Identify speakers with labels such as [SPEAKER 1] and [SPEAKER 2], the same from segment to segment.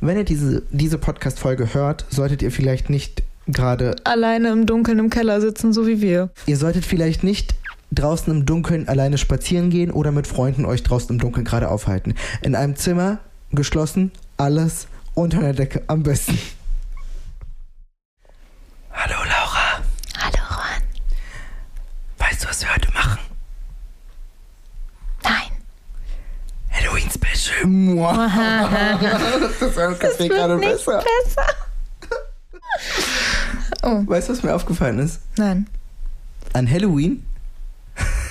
[SPEAKER 1] Wenn ihr diese, diese Podcast-Folge hört, solltet ihr vielleicht nicht gerade,
[SPEAKER 2] Alleine im Dunkeln im Keller sitzen, so wie wir.
[SPEAKER 1] ihr solltet vielleicht nicht draußen im Dunkeln alleine spazieren gehen oder mit Freunden euch draußen im Dunkeln gerade aufhalten. In einem Zimmer, geschlossen, alles unter der Decke am besten. Hallo Laura,
[SPEAKER 3] Hallo Juan.
[SPEAKER 1] weißt du, was wir heute machen?
[SPEAKER 3] Nein.
[SPEAKER 1] Halloween Special. das das geht gerade besser.
[SPEAKER 2] besser. Oh,
[SPEAKER 1] Weißt du, was mir aufgefallen ist?
[SPEAKER 2] nein.
[SPEAKER 1] An Halloween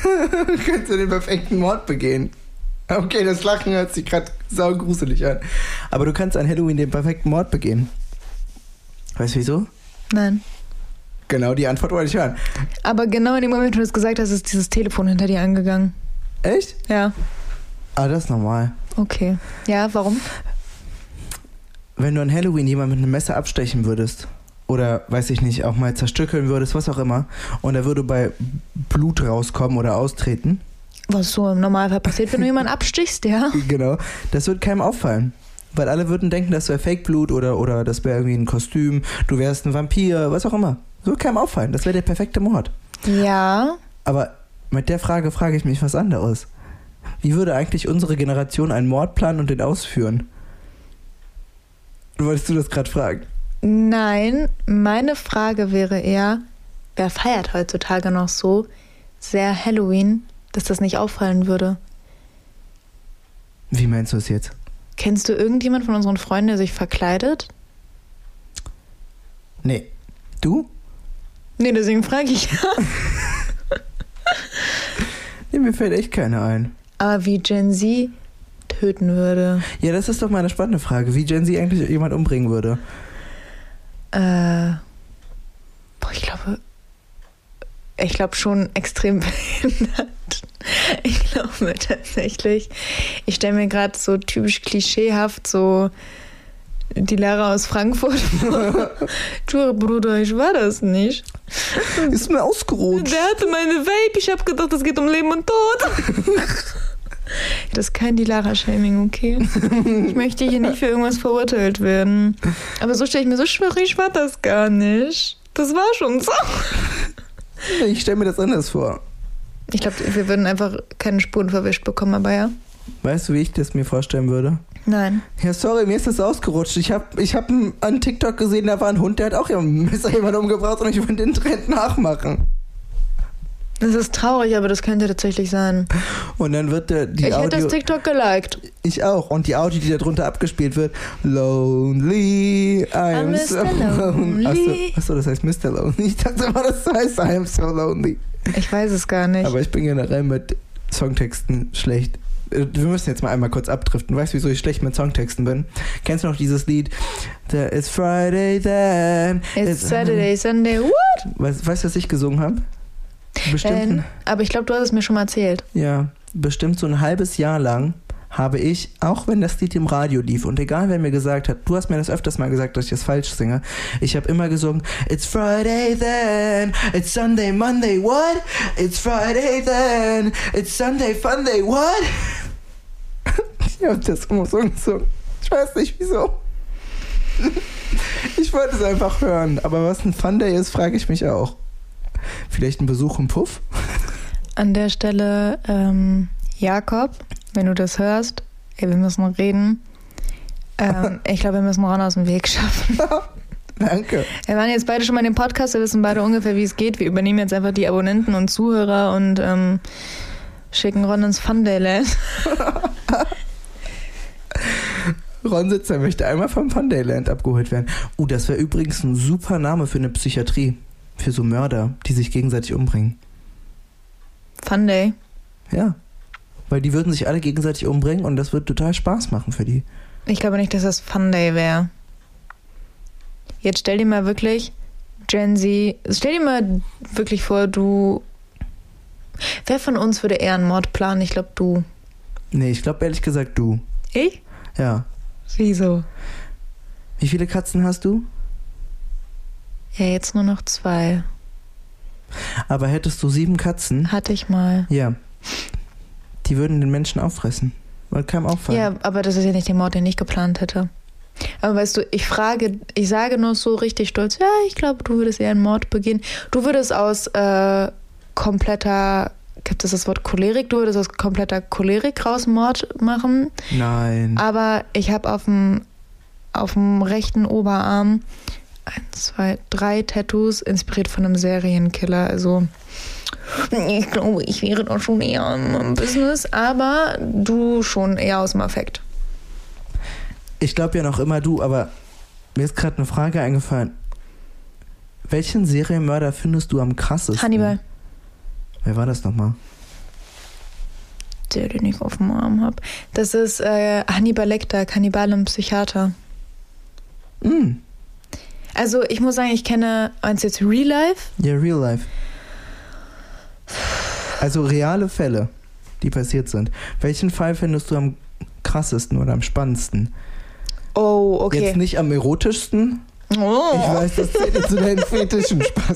[SPEAKER 1] kannst du den perfekten Mord begehen. Okay, das Lachen hört sich gerade saugruselig an. Aber du kannst an Halloween den perfekten Mord begehen. Weißt du wieso?
[SPEAKER 2] Nein.
[SPEAKER 1] Genau die Antwort wollte ich hören.
[SPEAKER 2] Aber genau in dem Moment, wo du es gesagt hast, ist dieses Telefon hinter dir angegangen.
[SPEAKER 1] Echt?
[SPEAKER 2] Ja,
[SPEAKER 1] Ah, das ist normal.
[SPEAKER 2] okay. Ja, warum?
[SPEAKER 1] Wenn du an Halloween jemanden mit einem Messer abstechen würdest, oder weiß ich nicht, auch mal zerstückeln würdest, was auch immer, und er würde bei Blut rauskommen oder austreten,
[SPEAKER 2] Was so im Normalfall passiert, wenn du jemanden abstichst, ja?
[SPEAKER 1] Genau. Das wird keinem auffallen. Weil alle würden denken, das wäre Fake-Blut oder, oder das wäre irgendwie ein Kostüm, du wärst ein Vampir, was auch immer. Das wird keinem auffallen. Das wäre der perfekte Mord.
[SPEAKER 2] Ja.
[SPEAKER 1] Aber mit der Frage frage ich mich was anderes. Wie würde eigentlich unsere Generation einen Mord planen und den ausführen? Wolltest du das gerade fragen?
[SPEAKER 2] Nein, meine Frage wäre eher, wer feiert heutzutage noch so sehr Halloween, dass das nicht auffallen würde?
[SPEAKER 1] Wie meinst du es jetzt?
[SPEAKER 2] Kennst du irgendjemand von unseren Freunden, der sich verkleidet?
[SPEAKER 1] Nee. Du?
[SPEAKER 2] Nee, deswegen frage ich.
[SPEAKER 1] Nee, mir fällt echt keiner ein.
[SPEAKER 2] Aber wie Gen Z töten würde.
[SPEAKER 1] Ja, das ist doch mal eine spannende Frage, wie Gen Z eigentlich jemand umbringen würde.
[SPEAKER 2] Äh, boah, ich glaube, ich glaube schon extrem behindert. Ich glaube tatsächlich. Ich stelle mir gerade so typisch klischeehaft so die Lehrer aus Frankfurt vor. Du, Bruder, ich war das nicht.
[SPEAKER 1] Ist mir ausgerutscht.
[SPEAKER 2] Der hatte meine Vape. Ich habe gedacht, es geht um Leben und Tod. Das ist kein Dilara-Shaming, okay? Ich möchte hier nicht für irgendwas verurteilt werden. Aber so stelle ich mir so schwach, ich war das gar nicht. Das war schon so.
[SPEAKER 1] Ich stelle mir das anders vor.
[SPEAKER 2] Ich glaube, wir würden einfach keine Spuren verwischt bekommen, aber ja.
[SPEAKER 1] Weißt du, wie ich das mir vorstellen würde?
[SPEAKER 2] Nein.
[SPEAKER 1] Ja, sorry, mir ist das ausgerutscht. Ich habe ich hab einen- an TikTok gesehen, da war ein Hund, der hat auch ein Messer jemand umgebracht und ich wollte den Trend nachmachen.
[SPEAKER 2] Das ist traurig, aber das könnte tatsächlich sein.
[SPEAKER 1] Und dann wird der, die
[SPEAKER 2] ich hätte
[SPEAKER 1] Audio...
[SPEAKER 2] das TikTok geliked.
[SPEAKER 1] ich auch. Und die Audio, die da drunter abgespielt wird, Lonely, Also, I'm, so
[SPEAKER 2] I'm Mr. Lonely.
[SPEAKER 1] Achso, achso, das heißt Mr. Lonely. Ich dachte immer, das heißt I'm so lonely.
[SPEAKER 2] Ich weiß es gar nicht.
[SPEAKER 1] Aber ich bin generell mit Songtexten schlecht. Äh, Wir müssen jetzt mal einmal kurz abdriften. Weißt du, wieso ich schlecht mit Songtexten bin? Kennst du noch dieses Lied? There is Friday then.
[SPEAKER 2] It's Saturday, Sunday, what?
[SPEAKER 1] Weißt weißt du, was ich gesungen habe? Bestimmt. ne?
[SPEAKER 2] Äh, aber ich glaube, du hast es mir schon mal erzählt.
[SPEAKER 1] Ja, bestimmt so ein halbes Jahr lang habe ich, auch wenn das Lied im Radio lief und egal wer mir gesagt hat, du hast mir das öfters mal gesagt, dass ich das falsch singe, ich habe immer gesungen, It's Friday then, it's Sunday, Monday, what? It's Friday then, it's Sunday, Funday, what? Ich habe das immer so gesungen. Ich weiß nicht wieso. Ich wollte es einfach hören, aber was ein Funday ist, frage ich mich auch. Vielleicht ein Besuch im Puff?
[SPEAKER 2] An der Stelle, ähm, Jakob, wenn du das hörst, ey, wir müssen reden. Ähm, ich glaube, wir müssen Ron aus dem Weg schaffen.
[SPEAKER 1] Danke.
[SPEAKER 2] Wir waren jetzt beide schon mal in dem Podcast, wir wissen beide ungefähr, wie es geht. Wir übernehmen jetzt einfach die Abonnenten und Zuhörer und ähm, schicken Ron ins Fundayland.
[SPEAKER 1] Ron Sitzer möchte einmal vom Fundayland abgeholt werden. Uh, das wäre übrigens ein super Name für eine Psychiatrie. Für so Mörder, die sich gegenseitig umbringen.
[SPEAKER 2] Funday.
[SPEAKER 1] Ja. Weil die würden sich alle gegenseitig umbringen und das wird total Spaß machen für die.
[SPEAKER 2] Ich glaube nicht, dass das Funday wäre. Jetzt stell dir mal wirklich Gen Z, stell dir mal wirklich vor, du. Wer von uns würde eher einen Mord planen? Ich glaube, du.
[SPEAKER 1] Nee, ich glaube ehrlich gesagt du.
[SPEAKER 2] Ich?
[SPEAKER 1] Ja.
[SPEAKER 2] Wieso?
[SPEAKER 1] Wie viele Katzen hast du?
[SPEAKER 2] Ja, jetzt nur noch zwei.
[SPEAKER 1] Aber hättest du sieben Katzen?
[SPEAKER 2] Hatte ich mal.
[SPEAKER 1] Ja. Die würden den Menschen auffressen. Weil keinem auffallen.
[SPEAKER 2] Ja, aber das ist ja nicht der Mord, den ich geplant hätte. Aber weißt du, ich frage, ich sage nur so richtig stolz, ja, ich glaube, du würdest eher einen Mord begehen. Du würdest aus äh, kompletter, gibt es das Wort Cholerik? Du würdest aus kompletter Cholerik raus einen Mord machen.
[SPEAKER 1] Nein.
[SPEAKER 2] Aber ich habe auf dem, auf dem rechten Oberarm eins, zwei, drei Tattoos, inspiriert von einem Serienkiller. Also ich glaube, ich wäre doch schon eher im im Business, aber du schon eher aus dem Affekt.
[SPEAKER 1] Ich glaube ja noch immer du, aber mir ist gerade eine Frage eingefallen. Welchen Serienmörder findest du am krassesten?
[SPEAKER 2] Hannibal,
[SPEAKER 1] Wer war das nochmal?
[SPEAKER 2] der den ich auf dem Arm habe. Das ist äh, Hannibal Lecter, Kannibal und Psychiater.
[SPEAKER 1] Mm,
[SPEAKER 2] Also ich muss sagen, ich kenne eins jetzt Real Life.
[SPEAKER 1] ja, Real Life. Also reale Fälle, die passiert sind. Welchen Fall findest du am krassesten oder am spannendsten?
[SPEAKER 2] Oh, okay.
[SPEAKER 1] Jetzt nicht am erotischsten. Ich
[SPEAKER 2] oh,
[SPEAKER 1] weiß, das zählt jetzt zu deinen fetischen Spaß.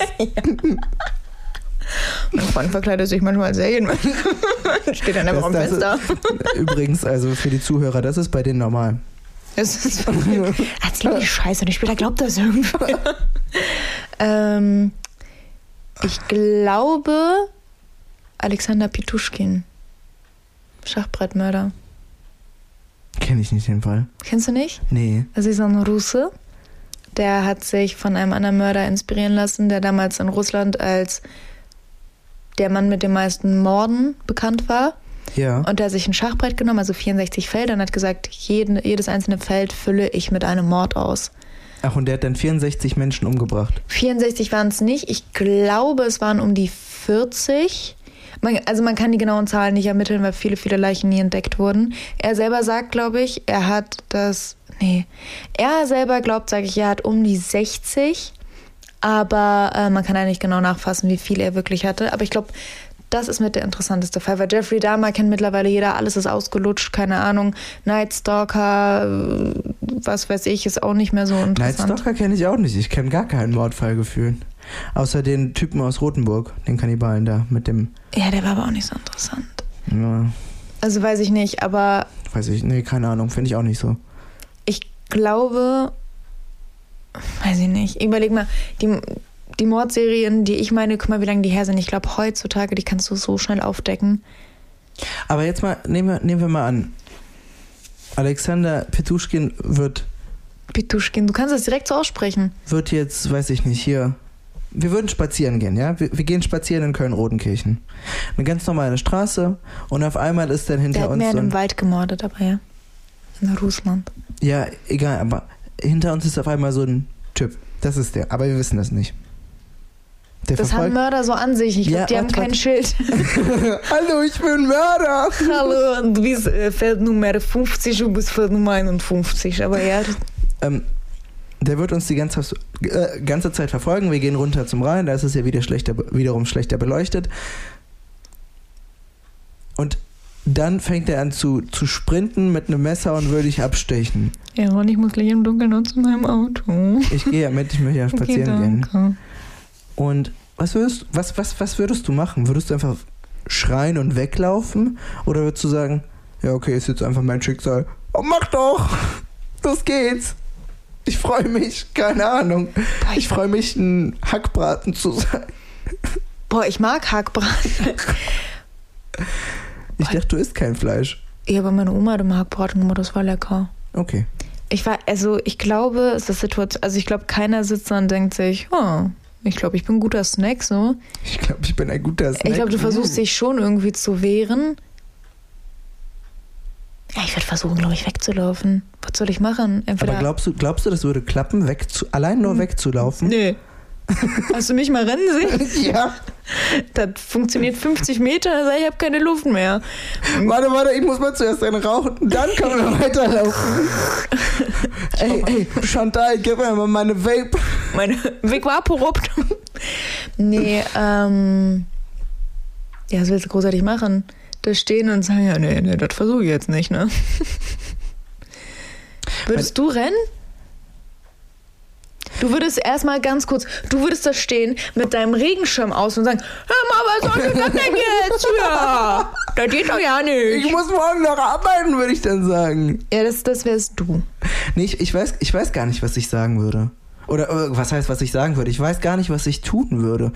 [SPEAKER 2] mein Freund verkleidet sich manchmal als Serienmörder. Steht an der
[SPEAKER 1] Das-
[SPEAKER 2] Raum
[SPEAKER 1] das-
[SPEAKER 2] Fenster.
[SPEAKER 1] Übrigens, also für die Zuhörer, das ist bei denen normal.
[SPEAKER 2] Das ist Erzähl die Scheiße und später glaubt das irgendwer. ähm, ich glaube Alexander Pituschkin. Schachbrettmörder.
[SPEAKER 1] Kenne ich nicht den Fall.
[SPEAKER 2] Kennst du nicht?
[SPEAKER 1] Nee.
[SPEAKER 2] Das ist ein Russe. Der hat sich von einem anderen Mörder inspirieren lassen, der damals in Russland als der Mann mit den meisten Morden bekannt war.
[SPEAKER 1] Ja.
[SPEAKER 2] Und der hat sich ein Schachbrett genommen, also 64 Felder, und hat gesagt, jeden, jedes einzelne Feld fülle ich mit einem Mord aus.
[SPEAKER 1] Ach, und der hat dann 64 Menschen umgebracht.
[SPEAKER 2] 64 waren es nicht. Ich glaube, es waren um die 40. Man, also man kann die genauen Zahlen nicht ermitteln, weil viele, viele Leichen nie entdeckt wurden. Er selber sagt, glaube ich, er hat das. Nee. Er selber glaubt, sage ich, er hat um die 60. Aber äh, man kann ja nicht genau nachfassen, wie viel er wirklich hatte. Aber ich glaube, das ist mit der interessanteste Fall, weil Jeffrey Dahmer kennt mittlerweile jeder, alles ist ausgelutscht, keine Ahnung. Night Stalker, äh, was weiß ich, ist auch nicht mehr so
[SPEAKER 1] Night
[SPEAKER 2] interessant.
[SPEAKER 1] Stalker kenne ich auch nicht. Ich kenne gar keinen Mordfall gefühlt. Außer den Typen aus Rothenburg, den Kannibalen da mit dem.
[SPEAKER 2] Ja, der war aber auch nicht so interessant.
[SPEAKER 1] Ja,
[SPEAKER 2] Also weiß ich nicht, aber
[SPEAKER 1] weiß ich, nee, keine Ahnung, finde ich auch nicht so.
[SPEAKER 2] ich glaube, weiß ich nicht. Überleg mal, die, die Mordserien, die ich meine, guck mal, wie lange die her sind. Ich glaube, heutzutage, die kannst du so schnell aufdecken.
[SPEAKER 1] Aber jetzt mal, nehmen wir, nehmen wir mal an. Alexander Petuschkin wird,
[SPEAKER 2] Pituschkin, du kannst es direkt so aussprechen.
[SPEAKER 1] wird jetzt, weiß ich nicht, hier. Wir würden spazieren gehen, ja? Wir, wir gehen spazieren in Köln-Rodenkirchen. Eine ganz normale Straße und auf einmal ist dann
[SPEAKER 2] Der
[SPEAKER 1] hinter
[SPEAKER 2] hat
[SPEAKER 1] uns.
[SPEAKER 2] mehr
[SPEAKER 1] so
[SPEAKER 2] in
[SPEAKER 1] ein-
[SPEAKER 2] einem Wald gemordet, aber ja. In Russland.
[SPEAKER 1] Ja, egal, aber hinter uns ist auf einmal so ein Typ. Das ist der, aber wir wissen das nicht. Der
[SPEAKER 2] Das
[SPEAKER 1] verfolgt.
[SPEAKER 2] haben Mörder so an sich. Ich glaube,
[SPEAKER 1] Ja,
[SPEAKER 2] die haben
[SPEAKER 1] warte,
[SPEAKER 2] kein
[SPEAKER 1] warte.
[SPEAKER 2] Schild.
[SPEAKER 1] Hallo, ich bin Mörder!
[SPEAKER 2] Hallo, du bist äh, Feld Nummer 50, du bist Feld Nummer 51. Aber ja,
[SPEAKER 1] Ähm, der wird uns die ganze, äh, ganze Zeit verfolgen. Wir gehen runter zum Rhein, da ist es ja wieder schlechter, wiederum schlechter beleuchtet. Und dann fängt er an zu, zu sprinten mit einem Messer und würde ich abstechen.
[SPEAKER 2] ja, und ich muss gleich im Dunkeln und zu meinem Auto.
[SPEAKER 1] Ich gehe ja mit, ich möchte ja spazieren gehen.
[SPEAKER 2] gehen.
[SPEAKER 1] Und was würdest, was, was, was würdest du machen? Würdest du einfach schreien und weglaufen? Oder würdest du sagen, ja, okay, ist jetzt einfach mein Schicksal. Oh, mach doch! Los geht's! Ich freue mich, keine Ahnung.
[SPEAKER 2] Boah,
[SPEAKER 1] Ich
[SPEAKER 2] ich,
[SPEAKER 1] freue mich, ein Hackbraten zu sein.
[SPEAKER 2] boah, ich mag Hackbraten.
[SPEAKER 1] Ich dachte, du isst kein Fleisch.
[SPEAKER 2] ja, aber meine Oma hat immer Hackbraten gemacht, das war lecker.
[SPEAKER 1] Okay.
[SPEAKER 2] Ich war, also ich glaube, es ist Situation, also ich glaube, keiner sitzt da und denkt sich, oh, ich glaube, ich bin ein guter Snack, so.
[SPEAKER 1] Ich glaube, ich bin ein guter Snack.
[SPEAKER 2] Ich glaube, du versuchst dich schon irgendwie zu wehren. Ja, ich würde versuchen, glaube ich, wegzulaufen. Was soll ich machen? Entweder.
[SPEAKER 1] Aber glaubst du, glaubst du, das würde klappen, weg zu, allein
[SPEAKER 2] Hm.
[SPEAKER 1] nur wegzulaufen?
[SPEAKER 2] nee. Hast du mich mal rennen sehen?
[SPEAKER 1] ja.
[SPEAKER 2] Das funktioniert 50 Meter, dann sag ich, ich habe keine Luft mehr.
[SPEAKER 1] Warte, warte, ich muss mal zuerst einen rauchen, dann können wir weiterlaufen. ey, ey, Chantal, gib mir mal meine Vape.
[SPEAKER 2] Meine Weg war korrupt. nee, ähm. Ja, was willst du großartig machen? Da stehen und sagen, ja, nee, nee, das versuche ich jetzt nicht, ne? Würdest du rennen? Du würdest erstmal ganz kurz, du würdest da stehen mit deinem Regenschirm aus und sagen, hör mal, was soll denn das denn jetzt hier? Das geht doch ja nicht.
[SPEAKER 1] Ich muss morgen noch arbeiten, würde ich dann sagen.
[SPEAKER 2] Ja, das, das wärst du.
[SPEAKER 1] Nee, ich, ich, weiß, ich weiß gar nicht, was ich sagen würde. Oder äh, was heißt, was ich sagen würde? Ich weiß gar nicht, was ich tun würde.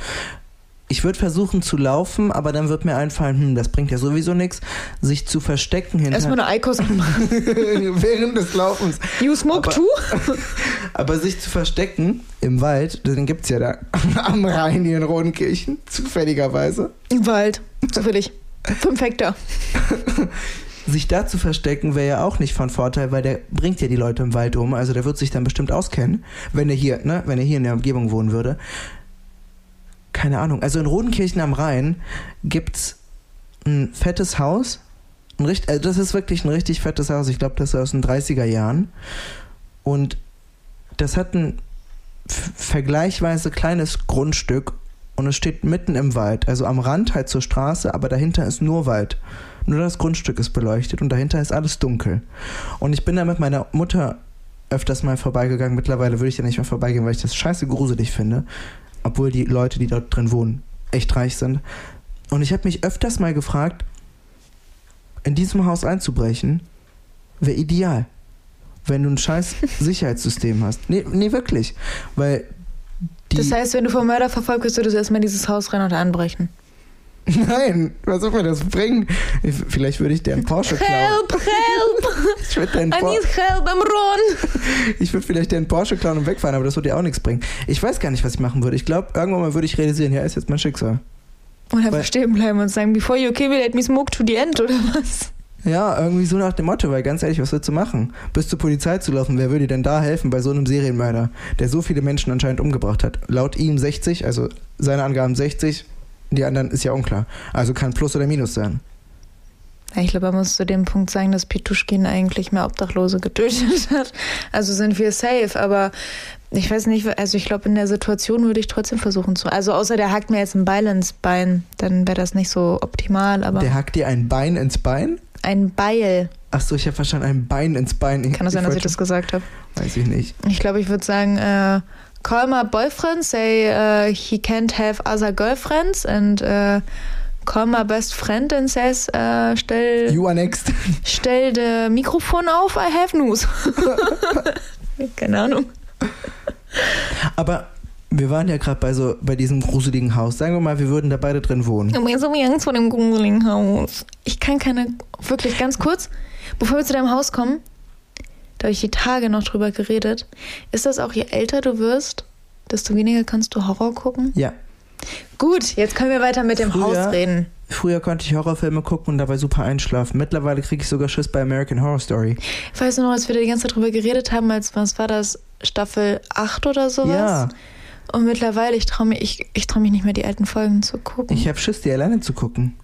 [SPEAKER 1] Ich würde versuchen zu laufen, aber dann wird mir einfallen, hm, das bringt ja sowieso nichts, sich zu verstecken hinter
[SPEAKER 2] Erstmal eine Eikos anmachen.
[SPEAKER 1] während des Laufens.
[SPEAKER 2] You smoke
[SPEAKER 1] Aber-
[SPEAKER 2] too?
[SPEAKER 1] Aber sich zu verstecken im Wald, den gibt's ja da am Rhein hier in Rodenkirchen, zufälligerweise.
[SPEAKER 2] Im Wald. Zufällig. Fünf Hektar.
[SPEAKER 1] Sich da zu verstecken wäre ja auch nicht von Vorteil, weil der bringt ja die Leute im Wald um. Also der wird sich dann bestimmt auskennen, wenn er hier, ne, wenn er hier in der Umgebung wohnen würde. Keine Ahnung. Also in Rodenkirchen am Rhein gibt's ein fettes Haus. Ein richt- also das ist wirklich ein richtig fettes Haus. Ich glaube, das ist aus den 30er Jahren. Und das hat ein f- vergleichsweise kleines Grundstück und es steht mitten im Wald. Also am Rand halt zur Straße, aber dahinter ist nur Wald. Nur das Grundstück ist beleuchtet und dahinter ist alles dunkel. Und ich bin da mit meiner Mutter öfters mal vorbeigegangen. Mittlerweile würde ich ja nicht mehr vorbeigehen, weil ich das scheiße gruselig finde. Obwohl die Leute, die dort drin wohnen, echt reich sind. Und ich habe mich öfters mal gefragt, in diesem Haus einzubrechen, wäre ideal. Wenn du ein scheiß Sicherheitssystem hast. Nee, nee wirklich. Weil die.
[SPEAKER 2] Das heißt, wenn du vom Mörder verfolgt wirst, würdest du erstmal dieses Haus rein und anbrechen.
[SPEAKER 1] Nein, was soll mir das bringen? Ich, vielleicht würde ich dir einen Porsche klauen.
[SPEAKER 2] Help, help!
[SPEAKER 1] Ich würde dir einen
[SPEAKER 2] I
[SPEAKER 1] Por-
[SPEAKER 2] need help, I'm run!
[SPEAKER 1] Ich würde vielleicht den Porsche klauen und wegfahren, aber das würde dir auch nichts bringen. Ich weiß gar nicht, was ich machen würde. Ich glaube, irgendwann mal würde ich realisieren, ja, ist jetzt mein Schicksal.
[SPEAKER 2] Und einfach
[SPEAKER 1] Weil-
[SPEAKER 2] stehen bleiben und sagen, before you kill me, let me smoke to the end, oder was?
[SPEAKER 1] Ja, irgendwie so nach dem Motto, weil ganz ehrlich, was willst du machen? Bis zur Polizei zu laufen, wer würde dir denn da helfen bei so einem Serienmörder, der so viele Menschen anscheinend umgebracht hat? Laut ihm 60, also seine Angaben 60, die anderen ist ja unklar. Also kann Plus oder Minus sein.
[SPEAKER 2] Ja, ich glaube, man muss zu dem Punkt sagen, dass Petuschkin eigentlich mehr Obdachlose getötet hat. Also sind wir safe, aber ich weiß nicht, also ich glaube, in der Situation würde ich trotzdem versuchen zu. Also außer der hackt mir jetzt ein Beil ins Bein, dann wäre das nicht so optimal, aber
[SPEAKER 1] Der hackt dir ein Bein ins Bein?
[SPEAKER 2] ein Beil.
[SPEAKER 1] Achso, ich habe verstanden, ein Bein ins Bein.
[SPEAKER 2] Kann das sein, dass ich
[SPEAKER 1] wollte-
[SPEAKER 2] das gesagt habe?
[SPEAKER 1] Weiß ich nicht.
[SPEAKER 2] Ich glaube, ich würde sagen, äh, call my boyfriend, say äh, he can't have other girlfriends and äh, call my best friend and says, äh, stell,
[SPEAKER 1] You are next.
[SPEAKER 2] stell de Mikrofon auf, I have news. Keine Ahnung.
[SPEAKER 1] Aber wir waren ja gerade bei so bei diesem gruseligen Haus. Sagen wir mal, wir würden da beide drin wohnen.
[SPEAKER 2] Aber jetzt habe ich Angst vor dem gruseligen Haus. Ich kann keine, wirklich ganz kurz, bevor wir zu deinem Haus kommen, da habe ich die Tage noch drüber geredet, ist das auch, je älter du wirst, desto weniger kannst du Horror gucken?
[SPEAKER 1] Ja.
[SPEAKER 2] Gut, jetzt können wir weiter mit dem
[SPEAKER 1] Früher-
[SPEAKER 2] Haus reden.
[SPEAKER 1] Früher konnte ich Horrorfilme gucken und dabei super einschlafen. Mittlerweile kriege ich sogar Schiss bei American Horror Story.
[SPEAKER 2] Ich weiß nur noch, als wir da die ganze Zeit drüber geredet haben, als was war das, Staffel 8 oder sowas?
[SPEAKER 1] Ja,
[SPEAKER 2] Und mittlerweile, ich traue mich, ich, ich trau mich nicht mehr, die alten Folgen zu gucken.
[SPEAKER 1] ich habe Schiss, die alleine zu gucken.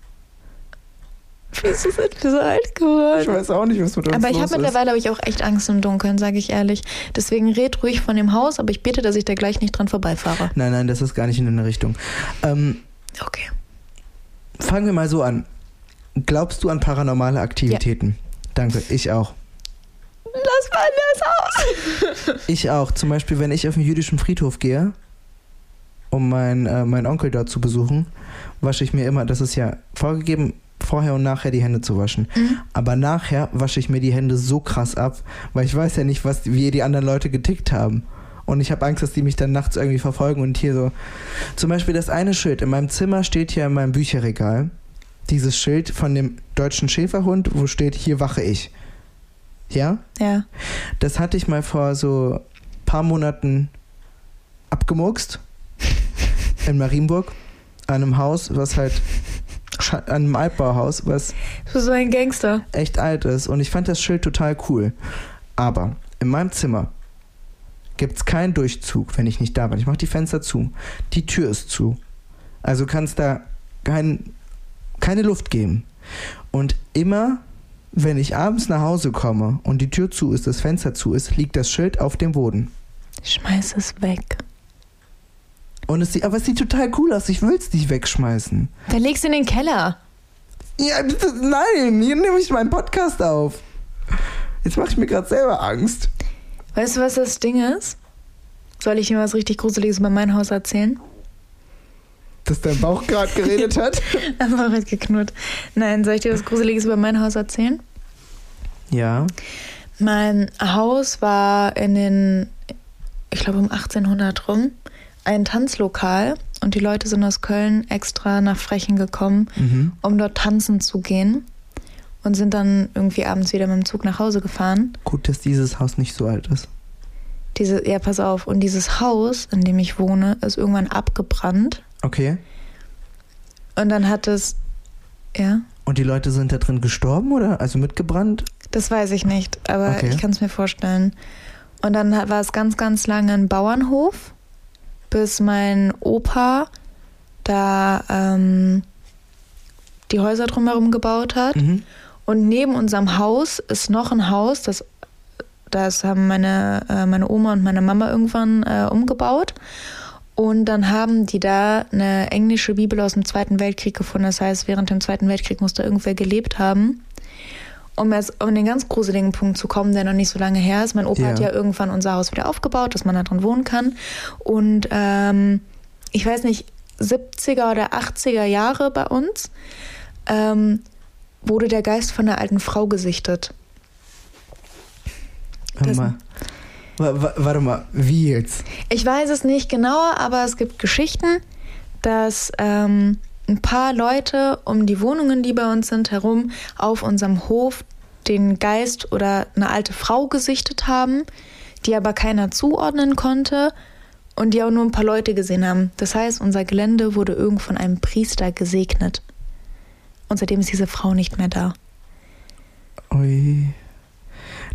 [SPEAKER 2] Wieso sind wir so alt geworden?
[SPEAKER 1] weiß auch nicht, was mit
[SPEAKER 2] Aber ich habe mittlerweile hab ich auch echt Angst im Dunkeln, sage ich ehrlich. Deswegen red ruhig von dem Haus, aber ich bete, dass ich da gleich nicht dran vorbeifahre.
[SPEAKER 1] Nein, nein, das ist gar nicht in deine Richtung. Ähm,
[SPEAKER 2] Okay.
[SPEAKER 1] fangen wir mal so an. Glaubst du an paranormale Aktivitäten? Danke, ich auch.
[SPEAKER 2] Lass mal das aus!
[SPEAKER 1] Ich auch. Zum Beispiel, wenn ich auf den jüdischen Friedhof gehe, um meinen äh, meinen Onkel dort zu besuchen, wasche ich mir immer, das ist ja vorgegeben, vorher und nachher die Hände zu waschen. Aber nachher wasche ich mir die Hände so krass ab, weil ich weiß ja nicht, was, wie die anderen Leute getickt haben. Und ich habe Angst, dass die mich dann nachts irgendwie verfolgen und hier so. Zum Beispiel das eine Schild. In meinem Zimmer steht hier in meinem Bücherregal dieses Schild von dem deutschen Schäferhund, wo steht, hier wache ich. Ja?
[SPEAKER 2] Ja.
[SPEAKER 1] Das hatte ich mal vor so paar Monaten abgemurkst in Marienburg an einem Haus, was halt scha- an einem Altbauhaus, was
[SPEAKER 2] Du bist so ein Gangster.
[SPEAKER 1] echt alt ist und ich fand das Schild total cool. Aber in meinem Zimmer gibt es keinen Durchzug, wenn ich nicht da bin. Ich mache die Fenster zu. Die Tür ist zu. Also kann es da kein, keine Luft geben. Und immer, wenn ich abends nach Hause komme und die Tür zu ist, das Fenster zu ist, liegt das Schild auf dem Boden.
[SPEAKER 2] Schmeiß es weg.
[SPEAKER 1] Und es sieht, aber es sieht total cool aus. Ich will es nicht wegschmeißen.
[SPEAKER 2] Dann legst du in den Keller.
[SPEAKER 1] Ja, das, nein, hier nehme ich meinen Podcast auf. Jetzt mache ich mir gerade selber Angst.
[SPEAKER 2] Weißt du, was das Ding ist? Soll ich dir was richtig Gruseliges über mein Haus erzählen?
[SPEAKER 1] Dass dein Bauch gerade geredet hat?
[SPEAKER 2] Einfach wird geknurrt. Nein, soll ich dir was Gruseliges über mein Haus erzählen?
[SPEAKER 1] Ja.
[SPEAKER 2] Mein Haus war in den, ich glaube um 1800 rum, ein Tanzlokal und die Leute sind aus Köln extra nach Frechen gekommen,
[SPEAKER 1] Mhm.
[SPEAKER 2] um dort tanzen zu gehen und sind dann irgendwie abends wieder mit dem Zug nach Hause gefahren.
[SPEAKER 1] Gut, dass dieses Haus nicht so alt ist.
[SPEAKER 2] Diese, ja, pass auf, und dieses Haus, in dem ich wohne, ist irgendwann abgebrannt
[SPEAKER 1] Okay.
[SPEAKER 2] und dann hat es, ja,
[SPEAKER 1] Und die Leute sind da drin gestorben oder? Also mitgebrannt?
[SPEAKER 2] das weiß ich nicht, aber
[SPEAKER 1] Okay.
[SPEAKER 2] ich kann es mir vorstellen. Und dann hat- war es ganz, ganz lange ein Bauernhof, bis mein Opa da ähm, die Häuser drumherum gebaut hat.
[SPEAKER 1] Mhm.
[SPEAKER 2] Und neben unserem Haus ist noch ein Haus, das, das haben meine, äh, meine Oma und meine Mama irgendwann äh, umgebaut. Und dann haben die da eine englische Bibel aus dem Zweiten Weltkrieg gefunden. Das heißt, während dem Zweiten Weltkrieg muss da irgendwer gelebt haben. Um jetzt um den ganz gruseligen Punkt zu kommen, der noch nicht so lange her ist. Mein Opa
[SPEAKER 1] Ja.
[SPEAKER 2] hat ja irgendwann unser Haus wieder aufgebaut, dass man da drin wohnen kann. Und ähm, ich weiß nicht, 70er oder 80er Jahre bei uns ähm, wurde der Geist von einer alten Frau gesichtet.
[SPEAKER 1] Warte
[SPEAKER 2] Das-
[SPEAKER 1] mal. Wa- wa- Warte mal, wie jetzt?
[SPEAKER 2] Ich weiß es nicht genauer, aber es gibt Geschichten, dass ähm, ein paar Leute um die Wohnungen, die bei uns sind, herum auf unserem Hof den Geist oder eine alte Frau gesichtet haben, die aber keiner zuordnen konnte und die auch nur ein paar Leute gesehen haben. Das heißt, unser Gelände wurde irgend von einem Priester gesegnet. Und seitdem ist diese Frau nicht mehr da.
[SPEAKER 1] Ui.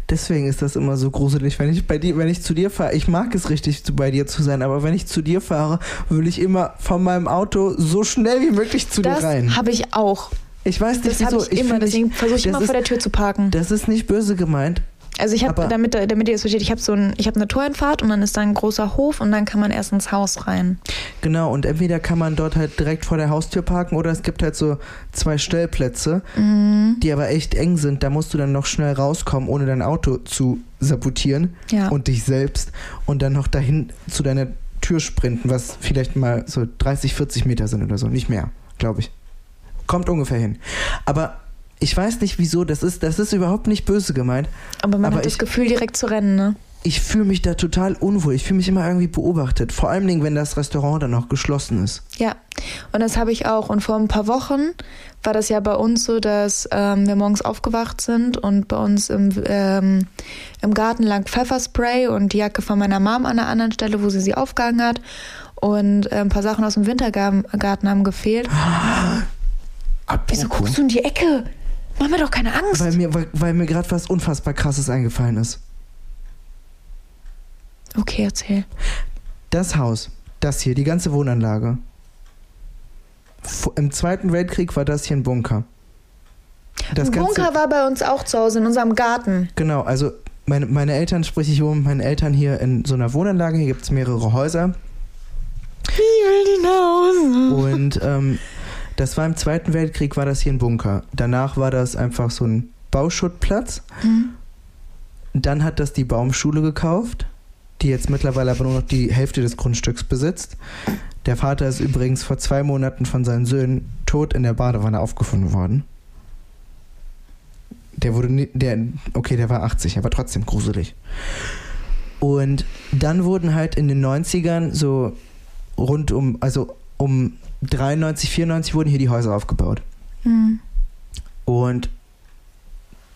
[SPEAKER 1] Deswegen ist das immer so gruselig, wenn ich bei dir, wenn ich zu dir fahre. Ich mag es richtig, zu- bei dir zu sein, aber wenn ich zu dir fahre, will ich immer von meinem Auto so schnell wie möglich zu
[SPEAKER 2] das
[SPEAKER 1] dir rein.
[SPEAKER 2] habe ich auch.
[SPEAKER 1] Ich weiß nicht
[SPEAKER 2] Das habe
[SPEAKER 1] wieso.
[SPEAKER 2] ich immer,
[SPEAKER 1] fühl mich-
[SPEAKER 2] deswegen versuche ich
[SPEAKER 1] das
[SPEAKER 2] immer
[SPEAKER 1] ist-
[SPEAKER 2] vor der Tür zu parken.
[SPEAKER 1] Das ist nicht böse gemeint.
[SPEAKER 2] Also ich habe,
[SPEAKER 1] aber-
[SPEAKER 2] damit, damit ihr das versteht, ich habe so ein, ich habe eine Toreinfahrt und dann ist da ein großer Hof und dann kann man erst ins Haus rein.
[SPEAKER 1] Genau, und entweder kann man dort halt direkt vor der Haustür parken oder es gibt halt so zwei Stellplätze, die aber echt eng sind. Da musst du dann noch schnell rauskommen, ohne dein Auto zu sabotieren
[SPEAKER 2] Ja.
[SPEAKER 1] und dich selbst und dann noch dahin zu deiner Tür sprinten, was vielleicht mal so 30, 40 Meter sind oder so, nicht mehr, glaube ich. Kommt ungefähr hin. Aber ich weiß nicht wieso, das ist, das ist überhaupt nicht böse gemeint.
[SPEAKER 2] aber man
[SPEAKER 1] aber
[SPEAKER 2] hat das
[SPEAKER 1] ich-
[SPEAKER 2] Gefühl, direkt zu rennen, ne?
[SPEAKER 1] Ich fühle mich da total unwohl. Ich fühle mich immer irgendwie beobachtet. Vor allen Dingen, wenn das Restaurant dann noch geschlossen ist.
[SPEAKER 2] Ja. Und das habe ich auch. Und vor ein paar Wochen war das ja bei uns so, dass ähm, wir morgens aufgewacht sind und bei uns im, ähm, im Garten lag Pfefferspray und die Jacke von meiner Mom an einer anderen Stelle, wo sie sie aufgehangen hat. Und äh, ein paar Sachen aus dem Wintergarten haben gefehlt.
[SPEAKER 1] Ah,
[SPEAKER 2] Wieso
[SPEAKER 1] Apropos.
[SPEAKER 2] guckst du in die Ecke? Mach mir doch keine Angst.
[SPEAKER 1] oh, Weil mir, weil, weil mir gerade was unfassbar krasses eingefallen ist.
[SPEAKER 2] Okay, erzähl.
[SPEAKER 1] Das Haus, das hier, die ganze Wohnanlage. Vo- Im Zweiten Weltkrieg war das hier ein Bunker. Das
[SPEAKER 2] Ein Bunker war bei uns auch zu Hause in unserem Garten.
[SPEAKER 1] Genau, also meine, meine Eltern, sprich ich wohne mit meinen Eltern hier in so einer Wohnanlage, hier gibt es mehrere Häuser.
[SPEAKER 2] Ich will die Hause.
[SPEAKER 1] Und ähm, das war im Zweiten Weltkrieg, war das hier ein Bunker. Danach war das einfach so ein Bauschuttplatz. Hm, Dann hat das die Baumschule gekauft, die jetzt mittlerweile aber nur noch die Hälfte des Grundstücks besitzt. Der Vater ist übrigens vor zwei Monaten von seinen Söhnen tot in der Badewanne aufgefunden worden. Der wurde, ni- der, okay, der war 80, aber trotzdem gruselig. Und dann wurden halt in den 90ern so rund um, also um 93, 94 wurden hier die Häuser aufgebaut. hm.
[SPEAKER 2] Mhm.
[SPEAKER 1] Und